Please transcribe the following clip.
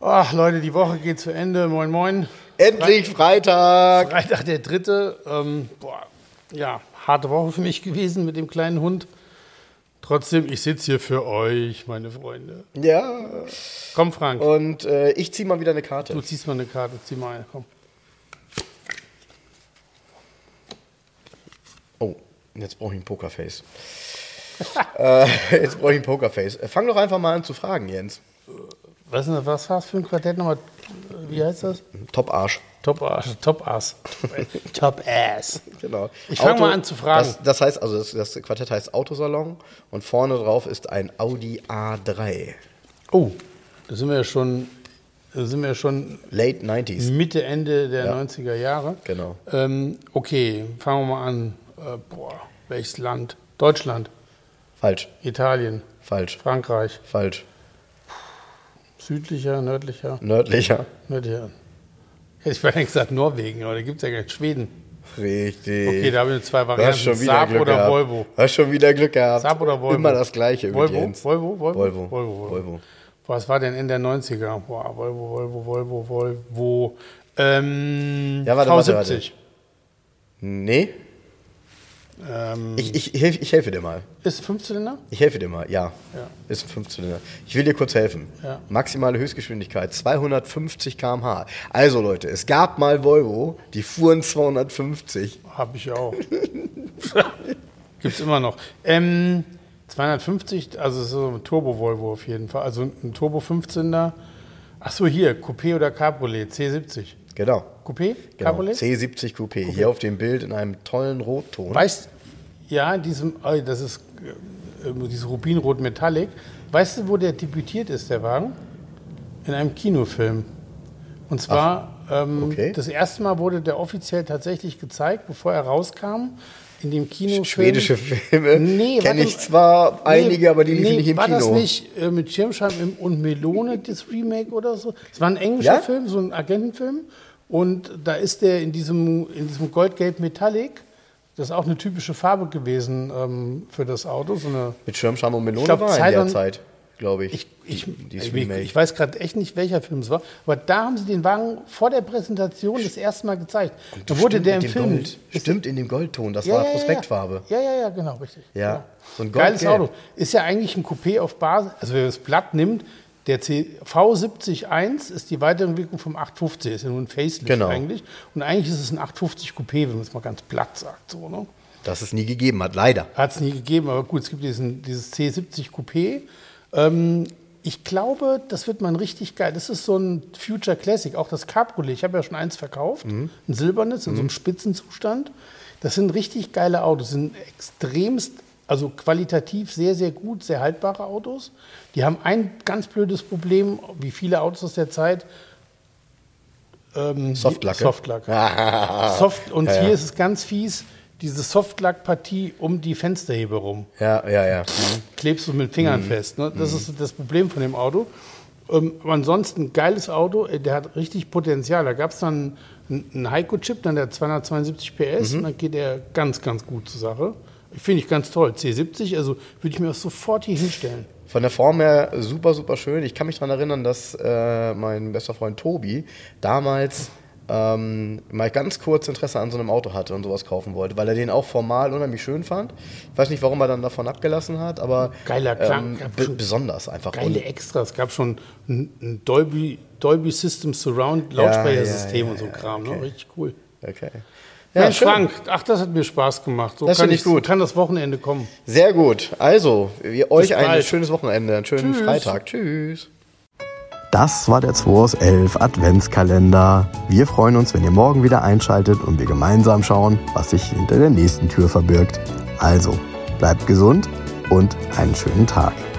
Ach Leute, die Woche geht zu Ende. Moin, moin. Endlich Freitag! Freitag der dritte. Ähm, boah, ja, harte Woche für mich gewesen mit dem kleinen Hund. Trotzdem, ich sitze hier für euch, meine Freunde. Ja, Komm, Frank, und äh, ich zieh mal wieder eine du Karte. ziehst mal eine Karte. Zieh mal eine, komm. Oh, jetzt brauche ich ein Pokerface. äh, jetzt brauche ich ein Pokerface. Äh, Fang doch einfach mal an zu fragen, Jens. Was, ist das, was war das für ein Quartett nochmal? Wie heißt das? Top Arsch. Top Arsch. Top Ass. Top Ass. Genau. Ich fang Auto- mal an zu fragen. Das, das heißt, also das, das Quartett heißt Autosalon und vorne drauf ist ein Audi A3. Oh, da sind wir ja schon, da sind wir ja schon Late 90s. Mitte, Ende der Ja. 90er Jahre. Genau. Ähm, okay, fangen wir mal an. Äh, boah, welches Land? Deutschland, Falsch, Italien, falsch, Frankreich, falsch. südlicher, nördlicher, Nördlicher. nördlicher. Hätte ich beinahe gesagt Norwegen, aber da gibt es ja gar nicht Schweden. Richtig. Okay, da haben wir zwei Du hast Varianten. schon wieder Saab Glück oder gehabt. Volvo? Hast schon wieder Glück gehabt. Saab oder Volvo? Immer das gleiche. Volvo? mit Jens. Volvo? Volvo? Volvo. Volvo, Volvo. Volvo. Was war denn in der 90er? Boah, Volvo, Volvo, Volvo, Volvo. Ähm, Ja, warte, warte, warte. V70. Nee, Ähm, ich, ich, hilf- ich helfe dir mal. ist ein Fünfzylinder? Ich helfe dir mal, ja. Ja. Ist ein Fünfzylinder. Ich will dir kurz helfen. Ja. Maximale Höchstgeschwindigkeit 250 km/h. Also Leute, es gab mal Volvo, die fuhren 250. Hab ich auch. Gibt's immer noch. Ähm, 250, also so ein Turbo-Volvo auf jeden Fall. Also ein Turbo 15er. Ach so, hier, Coupé oder Cabriolet, C70. Genau. Coupé? genau. Cabriolet? C70 Coupé. Hier auf dem Bild in einem tollen Rotton. Weißt ja, in diesem, oh, das ist äh, äh, dieses Rubinrot Metallic. Weißt du, wo der debütiert ist, der Wagen? In einem Kinofilm. Und zwar, ähm, okay. das erste Mal wurde der offiziell tatsächlich gezeigt, bevor er rauskam, in dem Kinofilm. Schwedische Filme Nee, kenn warte ich mal. zwar einige, aber die liefen nicht im war War das Kino. nicht äh, mit Schirmscheiben im, und Melone, das Remake oder so? Es war ein englischer Ja? Film, so ein Agentenfilm. Und da ist der in diesem, in diesem goldgelb Metallic, das ist auch eine typische Farbe gewesen ähm, für das Auto. So eine, Mit Schirmscham und Melone Ich glaub, war in der Ceylon- Zeit, glaube ich. ich, ich, Dieses ich, Remake. ich weiß gerade echt nicht, welcher Film es war. Aber da haben sie den Wagen vor der Präsentation das erste Mal gezeigt. Da wurde Stimmt, der mit im dem Film. Gold. Stimmt, in dem Goldton. Das war Prospektfarbe. Ja, ja, ja, genau, richtig. Ja, Genau. so ein Geiles Goldgelb. Auto. Ist ja eigentlich ein Coupé auf Basis, also wenn man das Blatt nimmt, der C V701 ist die Weiterentwicklung vom 850, ist ja nur ein Facelift Genau. eigentlich. Und eigentlich ist es ein 850 Coupé, wenn man es mal ganz platt sagt. So, ne? Das es nie gegeben hat, leider. Hat es nie gegeben, aber gut, es gibt diesen, dieses C70 Coupé. Ähm, ich glaube, das wird man richtig geil. Das ist so ein Future Classic, auch das Cabriolet. Ich habe ja schon eins verkauft, ein silbernes in so einem spitzen Zustand. Das sind richtig geile Autos, sind extremst, also qualitativ sehr, sehr gut, sehr haltbare Autos. Die haben ein ganz blödes Problem, wie viele Autos aus der Zeit. Ähm, Softlacke. Softlacke. Soft und Ah, Ja, ja. hier ist es ganz fies, diese Softlack-Partie um die Fensterhebel rum. Ja, ja, ja. Klebst du mit den Mhm. Fingern fest. Ne? Das ist das Problem von dem Auto. Ähm, aber ansonsten geiles Auto, äh, der hat richtig Potenzial. Da gab es dann einen- einen Heiko-Chip, dann der 272 PS Mhm. und dann geht er ganz, ganz gut zur Sache. Finde ich ganz toll. C70, also würde ich mir auch sofort hier hinstellen. Von der Form her super, super schön. Ich kann mich daran erinnern, dass äh, mein bester Freund Tobi damals ähm, mal ganz kurz Interesse an so einem Auto hatte und sowas kaufen wollte, weil er den auch formal unheimlich schön fand. Ich weiß nicht, warum er dann davon abgelassen hat, aber Geiler Klang. ähm, b- besonders einfach. Geile Extras. Es gab schon ein, ein Dolby, Dolby System Surround Lautsprechersystem ja, und so ja, Kram. okay. Ne? Richtig cool. Und, okay. Ja, schön. Frank, ach, das hat mir Spaß gemacht. So Das kann, finde ich ich, gut. kann das Wochenende kommen. Sehr gut. Also, wir, euch ein bald. schönes Wochenende, einen schönen Tschüss. Freitag. Tschüss. Das war der 2 aus 11 Adventskalender. Wir freuen uns, wenn ihr morgen wieder einschaltet und wir gemeinsam schauen, was sich hinter der nächsten Tür verbirgt. Also, bleibt gesund und einen schönen Tag.